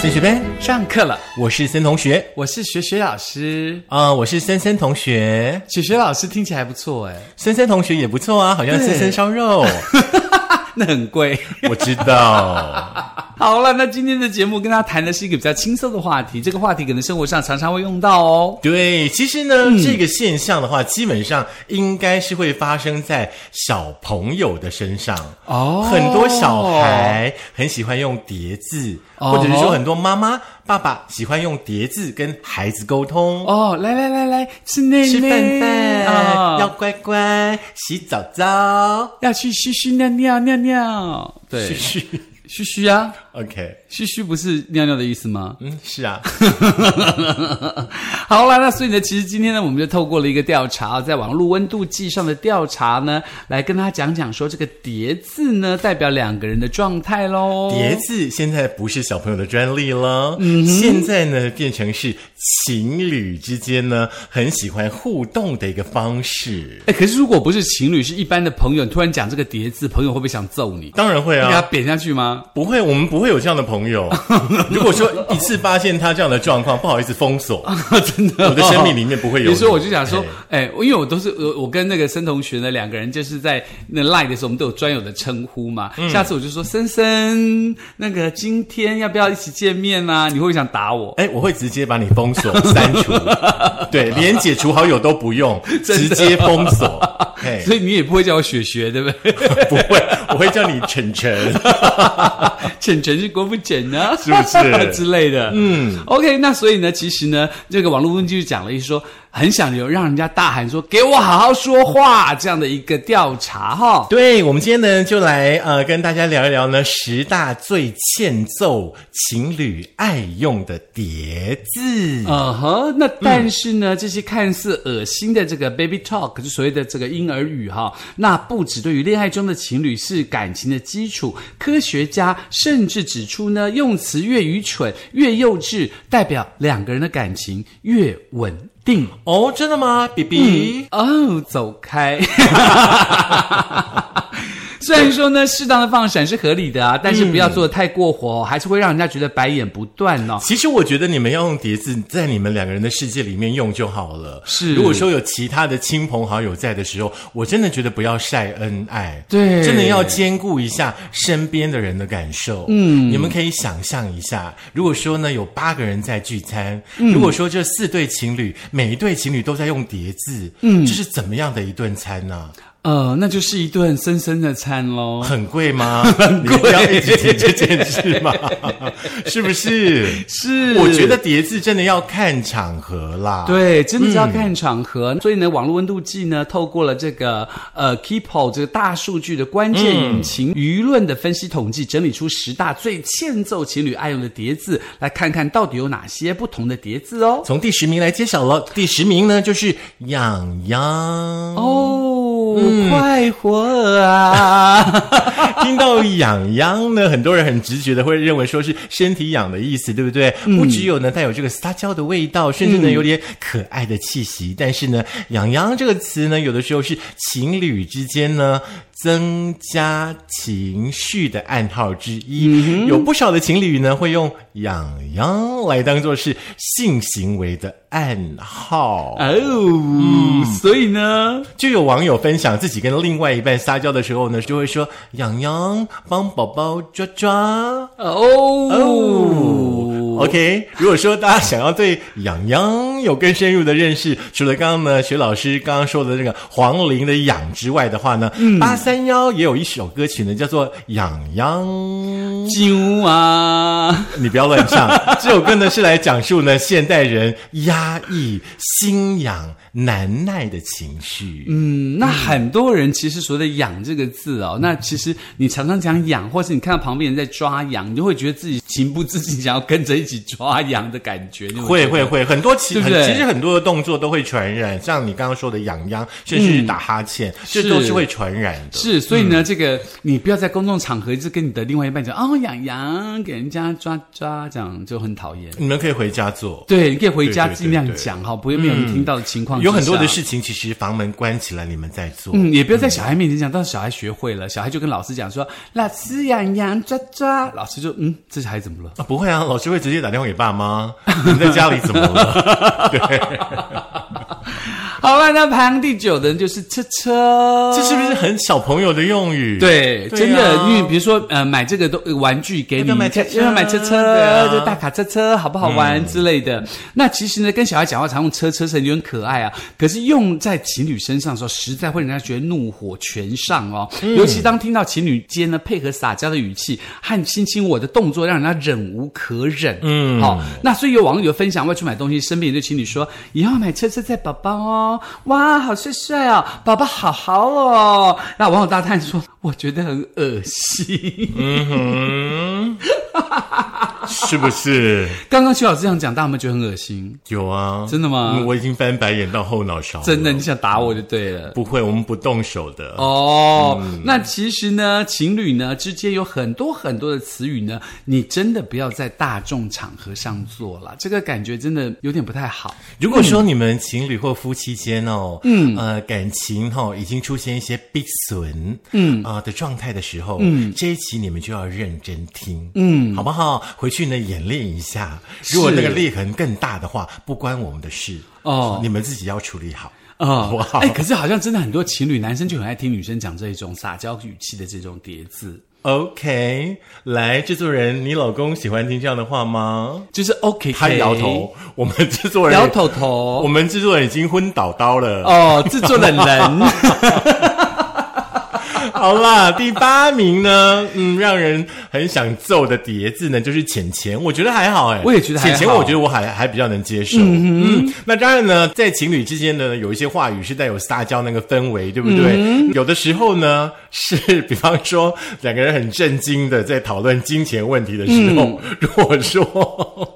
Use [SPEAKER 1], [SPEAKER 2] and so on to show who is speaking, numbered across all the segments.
[SPEAKER 1] 森学班
[SPEAKER 2] 上课了，
[SPEAKER 1] 我是森同学，
[SPEAKER 2] 我是学学老师。
[SPEAKER 1] 啊、我是森森同学，
[SPEAKER 2] 雪雪老师听起来不错哎，
[SPEAKER 1] 森森同学也不错啊，好像
[SPEAKER 2] 对
[SPEAKER 1] 森森烧 肉，
[SPEAKER 2] 那很贵。
[SPEAKER 1] 我知道，
[SPEAKER 2] 好了，那今天的节目跟大家谈的是一个比较轻松的话题，这个话题可能生活上常常会用到哦。
[SPEAKER 1] 对，其实呢，
[SPEAKER 2] 嗯
[SPEAKER 1] 这个现象的话，基本上应该是会发生在小朋友的身上。
[SPEAKER 2] 哦
[SPEAKER 1] 很多小孩很喜欢用叠字，
[SPEAKER 2] 哦
[SPEAKER 1] 或者是说很多妈妈、爸爸喜欢用叠字跟孩子沟通。
[SPEAKER 2] 哦，来来来来，吃内内
[SPEAKER 1] 吃饭饭、
[SPEAKER 2] 哦
[SPEAKER 1] 要乖乖，洗澡澡，
[SPEAKER 2] 要去嘘嘘尿尿尿尿，对，
[SPEAKER 1] 嘘嘘
[SPEAKER 2] 嘘嘘啊，
[SPEAKER 1] ，OK，
[SPEAKER 2] 嘘嘘不是尿尿的意思吗？
[SPEAKER 1] 嗯，是啊，
[SPEAKER 2] 好啦，那所以呢，其实今天呢，我们就透过了一个调查，在网络温度计上的调查呢，来跟他讲讲说这个叠字呢，代表两个人的状态喽。
[SPEAKER 1] 叠字现在不是小朋友的专利了，现在呢变成是情侣之间呢很喜欢互动的一个方式。
[SPEAKER 2] 哎，可是如果不是情侣，是一般的朋友，你突然讲这个叠字，朋友会不会想揍你？
[SPEAKER 1] 当然会
[SPEAKER 2] 你给他
[SPEAKER 1] 啊，
[SPEAKER 2] 扁下去吗？
[SPEAKER 1] 不会，我们不会有这样的朋友。如果说一次发现他这样的状况，不好意思封锁，
[SPEAKER 2] 真的哦，
[SPEAKER 1] 我的生命里面不会有
[SPEAKER 2] 比
[SPEAKER 1] 你。
[SPEAKER 2] 如说，我就想说
[SPEAKER 1] 对，
[SPEAKER 2] 哎、我因为我都是我我跟那个森同学呢，两个人就是在那 line 的时候，我们都有专有的称呼嘛。
[SPEAKER 1] 嗯
[SPEAKER 2] 下次我就说，森森，那个今天要不要一起见面啊？你会不会想打我？
[SPEAKER 1] 哎，我会直接把你封锁、删除，对，连解除好友都不用，直接封锁。嘿，
[SPEAKER 2] 所以你也不会叫我雪雪，对不对？
[SPEAKER 1] 不会，我会叫你晨晨。
[SPEAKER 2] 晨晨是郭富城呢，
[SPEAKER 1] 是不是
[SPEAKER 2] 之类的？嗯，OK，那所以呢，其实呢，这个网络问题就讲了一说，很想有让人家大喊说“给我好好说话”这样的一个调查哈。
[SPEAKER 1] 对，我们今天呢就来呃跟大家聊一聊呢十大最欠揍情侣爱用的叠字。
[SPEAKER 2] 嗯哼，那但是呢，这些看似恶心的这个 baby talk，就所谓的这个婴儿语哈，那不止对于恋爱中的情侣是感情的基础，科学家甚至指出呢，用词越愚蠢、越幼稚，代表两个人的感情越稳定。
[SPEAKER 1] 哦，真的吗，B B？、
[SPEAKER 2] 哦，走 开。虽然说呢，适当的放闪是合理的啊，但是不要做的太过火、哦，还是会让人家觉得白眼不断哦。
[SPEAKER 1] 其实我觉得你们要用叠字，在你们两个人的世界里面用就好了。
[SPEAKER 2] 是
[SPEAKER 1] 如果说有其他的亲朋好友在的时候，我真的觉得不要晒恩爱，
[SPEAKER 2] 对
[SPEAKER 1] 真的要兼顾一下身边的人的感受。嗯，你们可以想象一下，如果说呢有八个人在聚餐，如果说这四对情侣，每一对情侣都在用叠字，嗯，这是怎么样的一顿餐呢、
[SPEAKER 2] 呃，那就是一顿深深的餐喽。
[SPEAKER 1] 很贵吗？ 很贵，你不要一直提这件事嘛， 是不 是？
[SPEAKER 2] 是
[SPEAKER 1] 我觉得叠字真的要看场合啦。。
[SPEAKER 2] 对，真的是要看场合。所以呢，网络温度计呢，透过了这个呃 Keepo 这个大数据的关键引擎、舆论的分析统计，整理出十大最欠揍情侣爱用的叠字，来看看到底有哪些不同的叠字哦。
[SPEAKER 1] 从第十名来揭晓了，第十名呢就是痒痒哦，
[SPEAKER 2] 哦，快活啊！
[SPEAKER 1] 听到痒痒呢，很多人很直觉的会认为说是身体痒的意思，对不对？不只有呢带有这个撒娇的味道，甚至呢有点可爱的气息，但是呢“痒痒”这个词呢，有的时候是情侣之间呢增加情绪的暗号之一。有不少的情侣呢会用“痒痒”来当做是性行为的暗号。
[SPEAKER 2] 哦，嗯所以呢，
[SPEAKER 1] 就有网友分享自己跟另外一半撒娇的时候呢，就会说：“痒痒，帮宝宝抓抓。”哦
[SPEAKER 2] 哦
[SPEAKER 1] ，OK。如果说大家想要对痒痒有更深入的认识，除了刚刚呢学老师刚刚说的这个黄龄的“痒”之外的话呢，八三幺也有一首歌曲呢，叫做《痒痒》。
[SPEAKER 2] 啾啊！
[SPEAKER 1] 你不要乱唱。这首歌呢是来讲述呢现代人压抑、心痒、难耐的情绪。
[SPEAKER 2] 嗯，那很多人其实所谓的“痒”这个字
[SPEAKER 1] 嗯
[SPEAKER 2] 哦，那其实你常常讲“痒”，或是你看到旁边人在抓痒，你就会觉得自己情不自禁想要跟着一己抓痒的感觉，你有
[SPEAKER 1] 会
[SPEAKER 2] 觉得
[SPEAKER 1] 会会，很多其
[SPEAKER 2] 对不
[SPEAKER 1] 很
[SPEAKER 2] 对
[SPEAKER 1] 其实很多的动作都会传染，像你刚刚说的痒痒，甚至是打哈欠，这
[SPEAKER 2] 嗯是
[SPEAKER 1] 都是会传染的。
[SPEAKER 2] 是，所以
[SPEAKER 1] 嗯
[SPEAKER 2] 呢，这个你不要在公众场合一直跟你的另外一半讲哦，痒痒，给人家抓抓，这样就很讨厌。
[SPEAKER 1] 你们可以回家做。
[SPEAKER 2] 对，你可以回家
[SPEAKER 1] 对对
[SPEAKER 2] 尽量
[SPEAKER 1] 对对
[SPEAKER 2] 讲哈，不会没有人听到的情况之下。
[SPEAKER 1] 有很多的事情，其实房门关起来，你们在做。
[SPEAKER 2] 嗯，也不要在小孩面前讲，到时候小孩学会了，小孩就跟老师讲说：“老师痒痒抓抓。”老师就嗯，这小孩怎么了？
[SPEAKER 1] 啊，不会啊，老师会直接打电话给爸妈。你们在家里怎么了？
[SPEAKER 2] 好了，那排行第九的人就是车车，
[SPEAKER 1] 这是不是很小朋友的用语？对
[SPEAKER 2] 对，
[SPEAKER 1] 啊
[SPEAKER 2] 真的，因为比如说，呃，买这个东玩具给你，
[SPEAKER 1] 要不要买车车
[SPEAKER 2] 要不要买车车，
[SPEAKER 1] 对啊
[SPEAKER 2] 就大卡车车好不好玩之类的。那其实呢，跟小孩讲话常用车车是有点可爱啊，可是用在情侣身上的时候，实在会让人家觉得怒火全上哦。尤其当听到情侣间呢配合撒娇的语气和亲亲我的动作，让人家忍无可忍。嗯，好、那所以有网友分享外出买东西，身边有对情侣说，以后买车车载宝宝哦，哇，好帅帅哦，宝宝好好哦。那网友大叹说，我觉得很恶心。
[SPEAKER 1] 嗯是不是？
[SPEAKER 2] 刚刚邱老师这样讲，大家有没有觉得很恶心？
[SPEAKER 1] 有啊，
[SPEAKER 2] 真的吗
[SPEAKER 1] 嗯我已经翻白眼到后脑勺。
[SPEAKER 2] 真的，你？想打我就对了。
[SPEAKER 1] 不会，我们不动手的。
[SPEAKER 2] 哦，
[SPEAKER 1] 嗯
[SPEAKER 2] 那其实呢，情侣呢之间有很多很多的词语呢，你真的不要在大众场合上做了，这个感觉真的有点不太好。
[SPEAKER 1] 如果说你们情侣或夫妻间哦，嗯，呃，感情哈、哦、已经出现一些避损，嗯啊、的状态的时候，嗯，这一期你们就要认真听，嗯，好不好？回去呢演练一下，如果那个裂痕更大的话，不关我们的事
[SPEAKER 2] 哦
[SPEAKER 1] 你们自己要处理好。
[SPEAKER 2] 啊、
[SPEAKER 1] 哦哇
[SPEAKER 2] 哎、可是好像真的很多情侣，男生就很爱听女生讲这一种撒娇语气的这种叠字，
[SPEAKER 1] OK，来，制作人，你老公喜欢听这样的话吗？
[SPEAKER 2] 就是 OK，
[SPEAKER 1] 他摇，头，我们制作人
[SPEAKER 2] 摇头
[SPEAKER 1] 我
[SPEAKER 2] 头，
[SPEAKER 1] 们制作人已经昏倒刀了。
[SPEAKER 2] 哦，制作的人。
[SPEAKER 1] 好啦，第八名呢，嗯，让人很想揍的叠字呢，就是浅浅，我觉得还好哎、
[SPEAKER 2] 我也觉得还好
[SPEAKER 1] 浅浅，我觉得我还还比较能接受。嗯那当然呢，在情侣之间呢，有一些话语是带有撒娇那个氛围，对不对？
[SPEAKER 2] 嗯
[SPEAKER 1] 有的时候呢，是比方说两个人很震惊的在讨论金钱问题的时候，
[SPEAKER 2] 嗯
[SPEAKER 1] 如果说。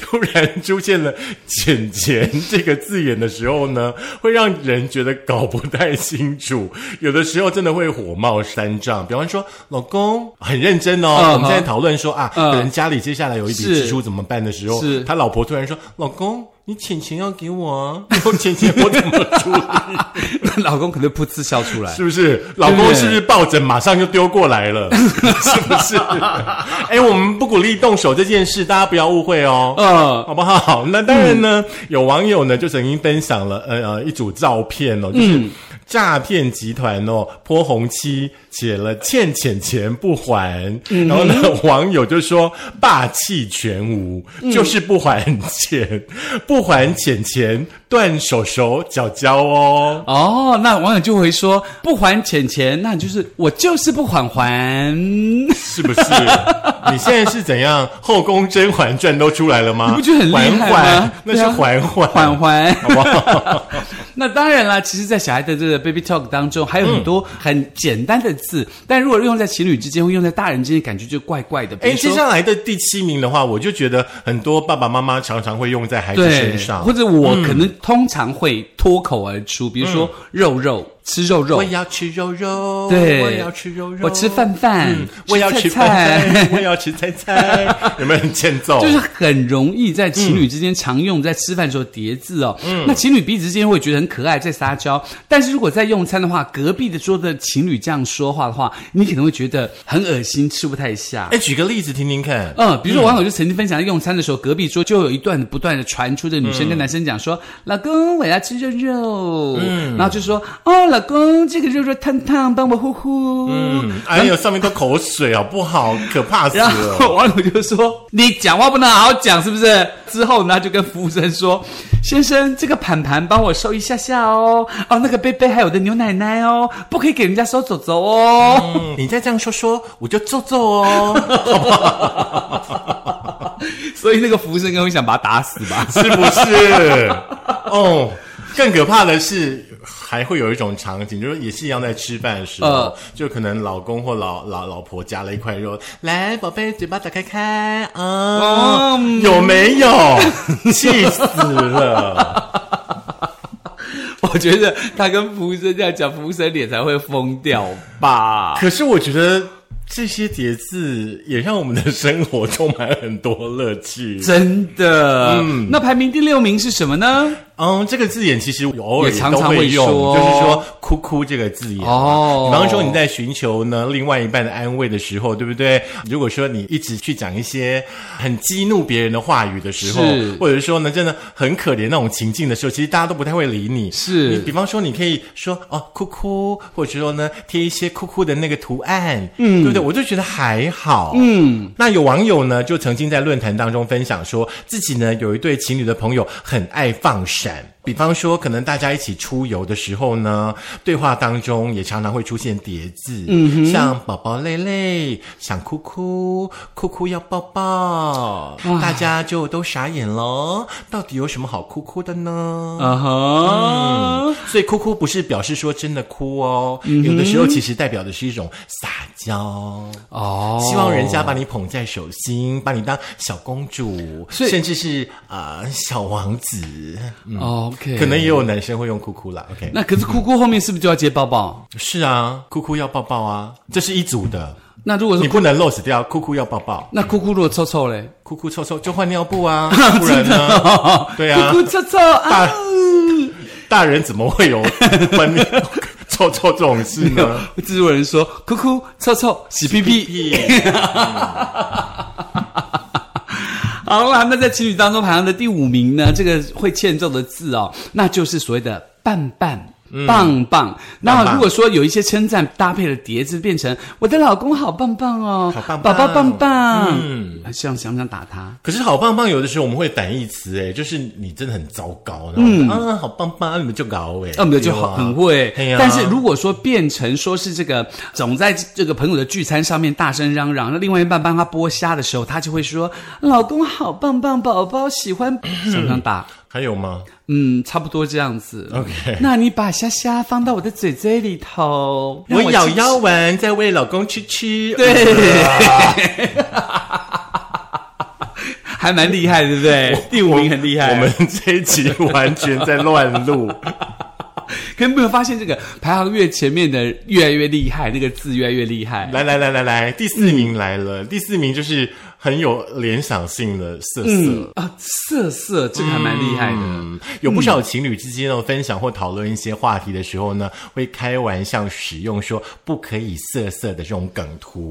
[SPEAKER 1] 突然出现了“浅钱”这个字眼的时候呢，会让人觉得搞不太清楚。有的时候真的会火冒三丈。比方说，老公很认真哦，
[SPEAKER 2] 嗯
[SPEAKER 1] 我们现在讨论说啊，
[SPEAKER 2] 嗯
[SPEAKER 1] 可能家里接下来有一笔
[SPEAKER 2] 是
[SPEAKER 1] 支出怎么办的时候
[SPEAKER 2] 是，
[SPEAKER 1] 他老婆突然说：“老公，你钱钱要给我啊， 有钱钱我怎么处理？
[SPEAKER 2] 老公可能噗嗤笑出来
[SPEAKER 1] 是不是？老公是不是抱枕马上就丢过来了？ 是不是？哎，我们不鼓励动手这件事，大家不要误会哦。
[SPEAKER 2] 嗯
[SPEAKER 1] 好不好？ 那当然呢，有网友呢就曾经分享了呃呃一组照片哦，就
[SPEAKER 2] 嗯
[SPEAKER 1] 是诈骗集团哦泼红漆写了欠钱钱不还，
[SPEAKER 2] 嗯
[SPEAKER 1] 然后呢网友就说霸气全无，
[SPEAKER 2] 嗯
[SPEAKER 1] 就是不还钱，不还钱钱断手手脚脚哦。
[SPEAKER 2] 哦，那网友就会说不还钱钱，那就是我就是不还还，
[SPEAKER 1] 是不是？你现在是怎样？后宫甄嬛传都出来了吗？
[SPEAKER 2] 你不觉得很厉害吗
[SPEAKER 1] 缓缓那
[SPEAKER 2] 对
[SPEAKER 1] 是
[SPEAKER 2] 啊
[SPEAKER 1] 缓缓
[SPEAKER 2] 还还。
[SPEAKER 1] 好不好？
[SPEAKER 2] 那当然啦，其实，在小孩的这个 baby talk 当中，还有很多很简单的字，但如果用在情侣之间，或用在大人之间，感觉就怪怪的。比
[SPEAKER 1] 哎，
[SPEAKER 2] 如
[SPEAKER 1] 接
[SPEAKER 2] 说。
[SPEAKER 1] 下来的第七名的话，我就觉得很多爸爸妈妈常常会用在孩子
[SPEAKER 2] 对
[SPEAKER 1] 身，上
[SPEAKER 2] 或。者我可能通常会脱口而出，比如说肉肉，吃肉肉
[SPEAKER 1] 我，要吃肉肉，
[SPEAKER 2] 对，
[SPEAKER 1] 我也要吃肉肉，
[SPEAKER 2] 我吃饭饭
[SPEAKER 1] 嗯，我也要吃
[SPEAKER 2] 菜
[SPEAKER 1] 饭
[SPEAKER 2] 菜，
[SPEAKER 1] 饭，我 也要吃菜菜，有没有很欠揍？
[SPEAKER 2] 就是很容易在情侣之间常用，在吃饭的时候叠字哦。那情侣彼此之间会觉得很可爱，在撒娇。但是如果在用餐的话，隔壁的桌的情侣这样说话的话，你可能会觉得很恶心，吃不太下。
[SPEAKER 1] 哎，举个例子听听看。
[SPEAKER 2] 嗯，比如说网友就曾经分享，在用餐的时候，隔壁桌就有一段不断的传出的女生跟男生讲说：“老公，我要吃肉肉。”嗯，然后就说：“哦，老公，这个肉肉烫烫，帮我呼呼。”嗯，
[SPEAKER 1] 哎呦，上面都口水好不好？可怕死
[SPEAKER 2] 然
[SPEAKER 1] 了！
[SPEAKER 2] 后网友就说：“你讲话不能好好讲，是不是？”之后呢，就跟服务生说：“先生，这个盘盘帮我收一下下哦，哦，那个贝贝还有我的牛奶奶哦，不可以给人家收走走哦。
[SPEAKER 1] 嗯你再这样说说，我就揍揍哦，
[SPEAKER 2] 所以那个服务生应该会想把他打死吧？
[SPEAKER 1] 是不是？哦，更可怕的是，还会有一种场景，就是也是一样在吃饭的时候，
[SPEAKER 2] 呃
[SPEAKER 1] 就可能老公或老老老婆夹了一块肉，来，宝贝，嘴巴打开开，啊、有没有？气死了！
[SPEAKER 2] 我觉得他跟服务生这样讲，服务生脸才会疯掉吧？
[SPEAKER 1] 可是我觉得这些叠字也让我们的生活充满很多乐趣。
[SPEAKER 2] 真的，那排名第六名是什么呢？
[SPEAKER 1] 嗯，这个字眼其实我偶尔
[SPEAKER 2] 也常
[SPEAKER 1] 都
[SPEAKER 2] 常
[SPEAKER 1] 会
[SPEAKER 2] 会
[SPEAKER 1] 用，
[SPEAKER 2] 说
[SPEAKER 1] 就是说“哭哭”这个字眼嘛。啊
[SPEAKER 2] 哦
[SPEAKER 1] 比方说你在寻求呢另外一半的安慰的时候，对不对？如果说你一直去讲一些很激怒别人的话语的时候
[SPEAKER 2] 是，
[SPEAKER 1] 或者说呢真的很可怜那种情境的时候，其实大家都不太会理你。
[SPEAKER 2] 是
[SPEAKER 1] 你比方说你可以说哦“哭哭”，或者说呢贴一些“哭哭”的那个图案，嗯，对不对？我就觉得还好，嗯。那有网友呢，就曾经在论坛当中分享说，自己呢有一对情侣的朋友很爱放闪。比方说，可能大家一起出游的时候呢，对话当中也常常会出现叠字，嗯、像“宝宝累累”、“想哭哭”、“哭哭要抱抱”，大家就都傻眼了。到底有什么好哭哭的呢？
[SPEAKER 2] 啊哈、
[SPEAKER 1] 嗯所以哭哭不是表示说真的哭哦，
[SPEAKER 2] 嗯
[SPEAKER 1] 有的时候其实代表的是一种撒娇。
[SPEAKER 2] 哦
[SPEAKER 1] 希望人家把你捧在手心，把你当小公主，
[SPEAKER 2] 所以
[SPEAKER 1] 甚至是啊、呃小王子。嗯
[SPEAKER 2] 嗯哦 OK，
[SPEAKER 1] 可能也有男生会用哭哭啦。OK，
[SPEAKER 2] 那可是哭哭后面是不是就要接抱抱？
[SPEAKER 1] 是啊，哭哭要抱抱啊，这是一组的，
[SPEAKER 2] 那如果
[SPEAKER 1] 你
[SPEAKER 2] 是
[SPEAKER 1] 不能漏死掉。哭哭要抱抱，
[SPEAKER 2] 那哭哭如果臭臭嘞，
[SPEAKER 1] 哭哭臭臭就换尿布 啊，不然呢？
[SPEAKER 2] 哦
[SPEAKER 1] 对啊
[SPEAKER 2] 哭哭臭臭 啊，
[SPEAKER 1] 大大人怎么会有换尿 臭臭这种事呢？
[SPEAKER 2] 制作人说哭哭臭臭洗 屁屁。
[SPEAKER 1] 屁
[SPEAKER 2] 好啦，那在情侣当中排行的第五名呢，这个会欠揍的字哦，那就是所谓的棒棒。棒嗯棒，
[SPEAKER 1] 棒
[SPEAKER 2] 那
[SPEAKER 1] 棒
[SPEAKER 2] 如果说有一些称赞搭配了叠字，变成我的老公好棒棒哦，
[SPEAKER 1] 好棒棒
[SPEAKER 2] 宝宝棒棒，嗯，这样想不想打他？
[SPEAKER 1] 可是好棒棒，有的时候我们会反义词，哎，就是你真的很糟糕，然后、嗯、啊，好棒棒，你们就搞哎，
[SPEAKER 2] 那我们就好很会
[SPEAKER 1] 对呀。
[SPEAKER 2] 但是如果说变成说是这个总在这个朋友的聚餐上面大声嚷嚷，那另外一半帮他剥虾的时候，他就会说老公好棒棒，宝宝喜欢，嗯 想不想打？
[SPEAKER 1] 还有吗？
[SPEAKER 2] 嗯，差不多这样子。
[SPEAKER 1] OK
[SPEAKER 2] 那你把虾虾放到我的嘴嘴里头，让
[SPEAKER 1] 我咬
[SPEAKER 2] 吃
[SPEAKER 1] 腰丸在喂老公吃吃，
[SPEAKER 2] 对， 还蛮厉害，对不对？第五名很厉害。
[SPEAKER 1] 我们这一集完全在乱录，
[SPEAKER 2] 可有没有发现这个排行越前面的越来越厉害，那个字越来越厉害？
[SPEAKER 1] 来来来来来，第四名来了，第四名就是很有联想性的色色。
[SPEAKER 2] 嗯啊，色色这个还蛮厉害的。
[SPEAKER 1] 嗯，有不少情侣之间呢分享或讨论一些话题的时候呢，会开玩笑使用说“不可以色色”的这种梗图，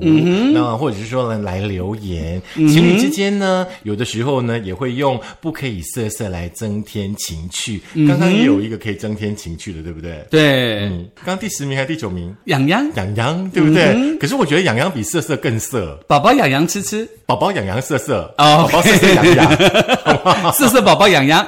[SPEAKER 1] 那或者是说呢来留言。情侣之间呢，有的时候呢也会用“不可以色色”来增添情趣。刚刚也有一个可以增添情趣的，对不对？
[SPEAKER 2] 对，
[SPEAKER 1] 嗯，刚刚第十名还是第九名？
[SPEAKER 2] 痒痒
[SPEAKER 1] 痒痒，对不对？可是我觉得痒痒比色色更色，
[SPEAKER 2] 宝宝痒痒吃 吃，
[SPEAKER 1] 宝宝痒痒色色，
[SPEAKER 2] 哦
[SPEAKER 1] 宝宝色色痒痒。
[SPEAKER 2] 色色宝宝痒 痒。，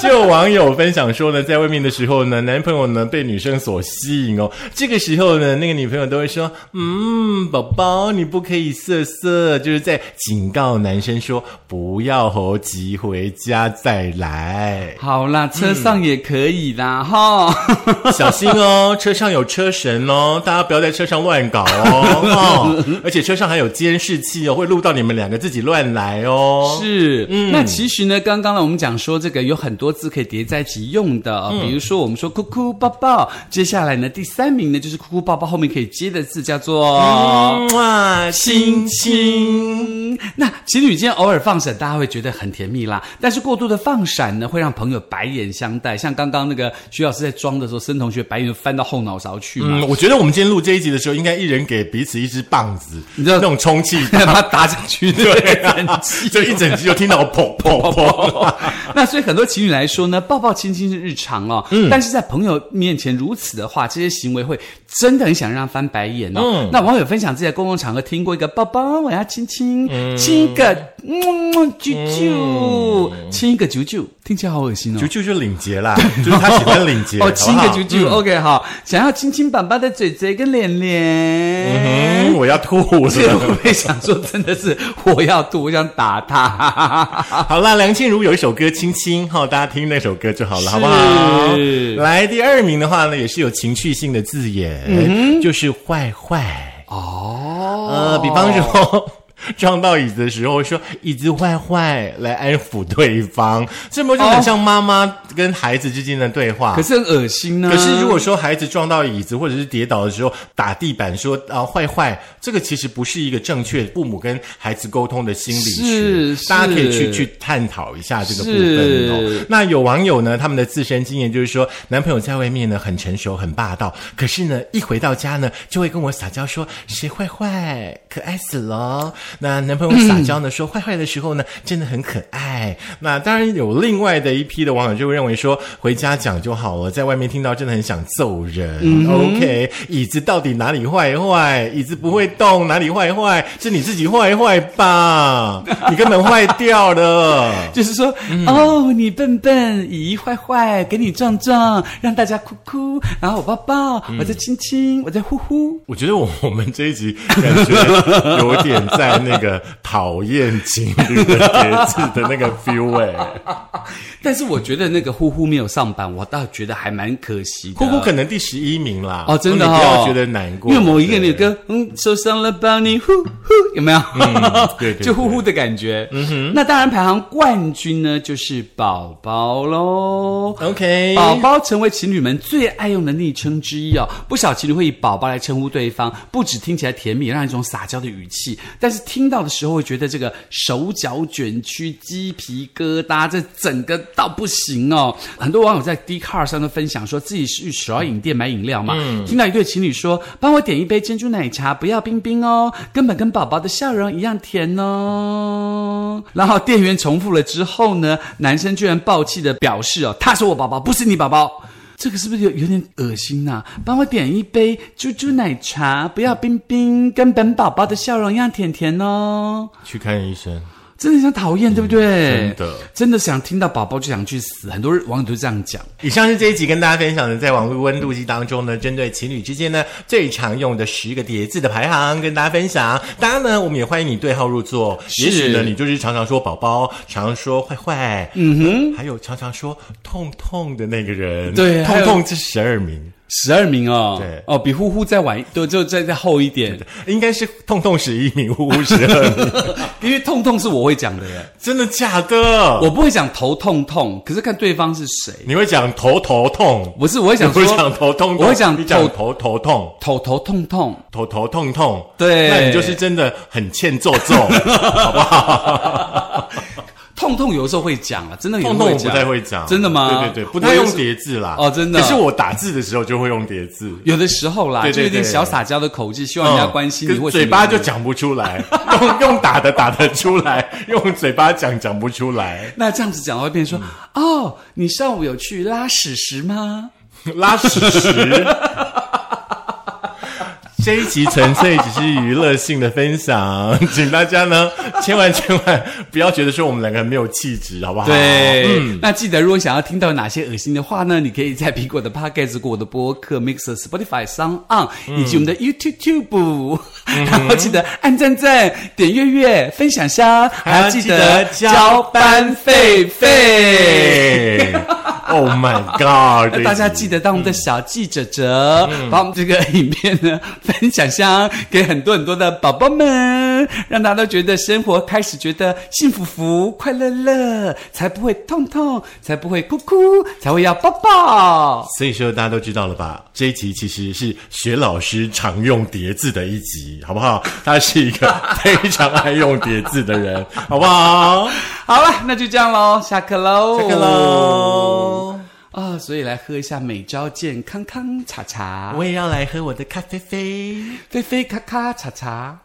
[SPEAKER 1] 就有网友分享说呢，在外面的时候呢，男朋友呢被女生所吸引哦，这个时候呢，那个女朋友都会说，嗯，宝宝你不可以色色，就是在警告男生说不要猴急，回家再来
[SPEAKER 2] 好啦，车上也可以
[SPEAKER 1] 嗯
[SPEAKER 2] 啦，哈、
[SPEAKER 1] 小心哦，车上有车神哦，大家不要在车上乱搞哦，哦而且车上还有监视器哦，会录到你们两个自己乱来哦。
[SPEAKER 2] 是，那其实呢，刚刚呢，我们讲说这个有很多字可以叠在一起用的、哦
[SPEAKER 1] 嗯
[SPEAKER 2] 比如说我们说哭哭抱抱，接下来呢，第三名呢就是哭哭抱抱后面可以接的字叫做。
[SPEAKER 1] 嗯哦哇，亲亲。
[SPEAKER 2] 嗯，那情侣间偶尔放闪，大家会觉得很甜蜜啦。但是过度的放闪呢，会让朋友白眼相待。像刚刚那个徐老师在装的时候，申同学白眼就翻到后脑勺去嘛，
[SPEAKER 1] 嗯，我觉得我们今天录这一集的时候，应该一人给彼此一支棒子，
[SPEAKER 2] 你知道，
[SPEAKER 1] 那种充气
[SPEAKER 2] 把它打下去，对
[SPEAKER 1] 对啊，就一整集就听 到砰砰砰。
[SPEAKER 2] 那所以很多情侣来说呢，抱抱亲亲是日常哦，
[SPEAKER 1] 嗯
[SPEAKER 2] 但是在朋友面前如此的话，这些行为会真的很想让他翻白眼哦。
[SPEAKER 1] 嗯
[SPEAKER 2] 那网友分享自己在公共场合听过一个抱抱，我要亲亲，亲个嗯啾啾，亲一个啾啾，听起来好恶心哦
[SPEAKER 1] 嗯啾。啾就领结啦，就是他喜欢领结，
[SPEAKER 2] 哦，亲一个
[SPEAKER 1] 好不好嗯
[SPEAKER 2] 啾。啾、o k 好，想要亲亲爸爸的嘴嘴跟脸脸。
[SPEAKER 1] 嗯，我要吐
[SPEAKER 2] 这个
[SPEAKER 1] 了。
[SPEAKER 2] 我会想说，真的是我要吐，我想打他。
[SPEAKER 1] 好啦，梁静茹有一首歌《亲亲》哈，大家听那首歌就好了，好不好？来，第二名的话呢，也是有情趣性的字眼，就是坏坏。
[SPEAKER 2] 哦，
[SPEAKER 1] 呃，比方说。撞到椅子的时候说椅子坏坏，来安抚对方，这不就很像妈妈跟孩子之间的对话？
[SPEAKER 2] 可是很恶心呢、
[SPEAKER 1] 可是如果说孩子撞到椅子或者是跌倒的时候打地板说啊坏坏，这个其实不是一个正确父母跟孩子沟通的心理学，
[SPEAKER 2] 是是
[SPEAKER 1] 大家可以去去探讨一下这个部分
[SPEAKER 2] 是
[SPEAKER 1] 哦。那有网友呢，他们的自身经验就是说，男朋友在外面呢很成熟很霸道，可是呢一回到家呢就会跟我撒娇说谁坏坏，可爱死了。那男朋友撒娇呢、说坏坏的时候呢真的很可爱。那当然有另外的一批的网友就会认为说回家讲就好了，在外面听到真的很想揍人。OK，椅子到底哪里坏坏？椅子不会动，哪里坏坏？是你自己坏坏吧？你根本坏掉了。
[SPEAKER 2] 就是说，哦，你笨笨，姨坏坏，给你撞撞，让大家哭哭，然后我抱抱，我再亲亲，我再呼呼。
[SPEAKER 1] 我觉得我我们这一集感觉有点在那个讨厌情侣的节制的 那个 feel 哎、
[SPEAKER 2] 但是我觉得那个呼呼没有上榜，我倒觉得还蛮可惜的。
[SPEAKER 1] 姑姑可能第十一名啦。
[SPEAKER 2] 哦，真的
[SPEAKER 1] 你
[SPEAKER 2] 哈、
[SPEAKER 1] 不要觉得难过，
[SPEAKER 2] 因为某一个人
[SPEAKER 1] 对
[SPEAKER 2] 有歌，嗯，受伤了吧你，呼呼，有没有？
[SPEAKER 1] 嗯 对对对
[SPEAKER 2] 就呼呼的感觉。嗯哼，那当然排行冠军呢，就是宝宝喽。
[SPEAKER 1] OK，
[SPEAKER 2] 宝宝成为情侣们最爱用的昵称之一哦，不少情侣会以宝宝来称呼对方，不止听起来甜蜜，让人一种撒娇的语气，但是听到的时候会觉得这个手脚卷曲、鸡皮疙瘩，这整个到不行哦。很多网友在 d c a r 上都分享说自己去手摇饮店买饮料嘛，听到一对情侣说帮我点一杯珍珠奶茶，不要冰冰哦，根本跟宝宝的笑容一样甜哦。然后店员重复了之后呢，男生居然暴气的表示哦，他是我宝宝，不是你宝宝。这个是不是有有点恶心呐、帮我点一杯猪猪奶茶，不要冰冰，跟本宝宝的笑容一样甜甜哦。
[SPEAKER 1] 去看医生。
[SPEAKER 2] 真的想讨厌，对不对？
[SPEAKER 1] 真的，
[SPEAKER 2] 真的想听到宝宝就想去死，很多人网友都这样讲。
[SPEAKER 1] 以上是这一集跟大家分享的，在网络温度计当中呢，针对情侣之间呢最常用的十个叠字的排行，跟大家分享。当然呢，我们也欢迎你对号入座。
[SPEAKER 2] 是
[SPEAKER 1] 也许呢，你就是常常说宝宝，常常说坏坏，嗯哼，还有常常说痛痛的那个人，
[SPEAKER 2] 对还
[SPEAKER 1] 痛
[SPEAKER 2] 有
[SPEAKER 1] 痛是十二名，
[SPEAKER 2] 十二名哦，
[SPEAKER 1] 对
[SPEAKER 2] 哦，比呼呼再晚一，对，就再再厚一点，
[SPEAKER 1] 应该是痛痛十一名，呼呼十二名，
[SPEAKER 2] 因为痛痛是我会讲的耶，
[SPEAKER 1] 真的假的？
[SPEAKER 2] 我不会讲头痛痛，可是看对方是谁，
[SPEAKER 1] 你会讲头头痛，
[SPEAKER 2] 不是我会讲
[SPEAKER 1] 我会
[SPEAKER 2] 说
[SPEAKER 1] 讲头痛痛，
[SPEAKER 2] 我会讲
[SPEAKER 1] 你讲
[SPEAKER 2] 头
[SPEAKER 1] 头头痛。
[SPEAKER 2] 头头痛痛，
[SPEAKER 1] 头头痛痛，
[SPEAKER 2] 对
[SPEAKER 1] 那你就是真的很欠揍揍，好不好？
[SPEAKER 2] 痛痛有时候会讲啊，真的有时
[SPEAKER 1] 痛
[SPEAKER 2] 候
[SPEAKER 1] 痛我
[SPEAKER 2] 会
[SPEAKER 1] 不太会讲，
[SPEAKER 2] 真的吗？
[SPEAKER 1] 对对对，不太
[SPEAKER 2] 我
[SPEAKER 1] 用
[SPEAKER 2] 有时
[SPEAKER 1] 叠字啦。
[SPEAKER 2] 哦真的
[SPEAKER 1] 可是我打字的时候就会用叠字，
[SPEAKER 2] 有的时候啦，
[SPEAKER 1] 对对
[SPEAKER 2] 就有点
[SPEAKER 1] 对
[SPEAKER 2] 小撒娇的口气，希望人家关心你，
[SPEAKER 1] 嗯可
[SPEAKER 2] 或
[SPEAKER 1] 是
[SPEAKER 2] 许
[SPEAKER 1] 嘴巴
[SPEAKER 2] 你
[SPEAKER 1] 就讲不出来，用 用打的打得出来，用嘴巴讲讲不出来，
[SPEAKER 2] 那这样子讲会变成说，
[SPEAKER 1] 嗯
[SPEAKER 2] 哦，你上午有去拉屎时吗？
[SPEAKER 1] 拉屎屎。这一集纯粹只是娱乐性的分享，请大家呢千万 千万不要觉得说我们两个人没有气质，好不好？
[SPEAKER 2] 对，嗯那记得如果想要听到哪些恶心的话呢？你可以在苹果的 Podcast、我的播客 Mixer、Spotify、s o n On，、以及我们的 YouTube，、然后记得按赞赞、点阅阅、分享下，还要记得交班费费。
[SPEAKER 1] 哎 Oh my God！
[SPEAKER 2] 那大家记得当我们的小记者者，
[SPEAKER 1] 嗯
[SPEAKER 2] 把我们这个影片呢分享箱给很多很多的宝宝们，让大家都觉得生活开始觉得幸福福、快乐乐，才不会痛痛，才不会哭哭，才会要抱抱。
[SPEAKER 1] 所以说大家都知道了吧？这一集其实是学老师常用叠字的一集，好不好？ 他是一个非常爱用叠字的人，好不好？
[SPEAKER 2] 好了，那就这样喽，下课喽，
[SPEAKER 1] 下课喽！
[SPEAKER 2] 啊、所以来喝一下美招健康康茶茶，
[SPEAKER 1] 我也要来喝我的咖啡啡。
[SPEAKER 2] 菲菲咔咔茶茶。